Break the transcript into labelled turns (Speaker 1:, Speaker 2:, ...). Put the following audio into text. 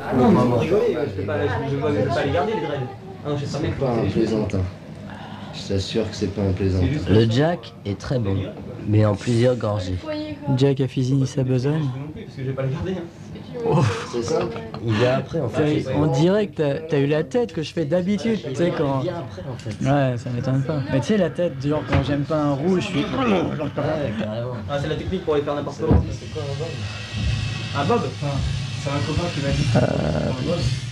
Speaker 1: Ah Non, mais
Speaker 2: Maman.
Speaker 1: je rigolais, je peux pas, je, je vois- je peux pas les garder les dreads. Ah non, je sais bien
Speaker 2: C'est
Speaker 1: que
Speaker 2: pas un
Speaker 1: c'est les cheveux.
Speaker 2: plaisantin. Je t'assure que c'est pas un plaisantin.
Speaker 3: Le Jack est très bon, mais en plusieurs gorgées.
Speaker 4: Jack a fini sa besogne.
Speaker 1: Non plus, parce que je vais pas les garder. hein.
Speaker 2: C'est simple.
Speaker 3: Il vient après en fait.
Speaker 4: T'as- On dirait que t'as- t'as eu la tête que je fais d'habitude, tu sais, quand...
Speaker 3: Il vient après en fait.
Speaker 4: Ouais, Ah, ça m'étonne pas. Mais tu sais, la tête, genre, quand j'aime pas un rouge, je suis...
Speaker 3: Ouais, carrément.
Speaker 1: Ah, c'est la technique pour les faire n'importe comment. Ah, Bob
Speaker 5: C'est un copain qui m'a dit.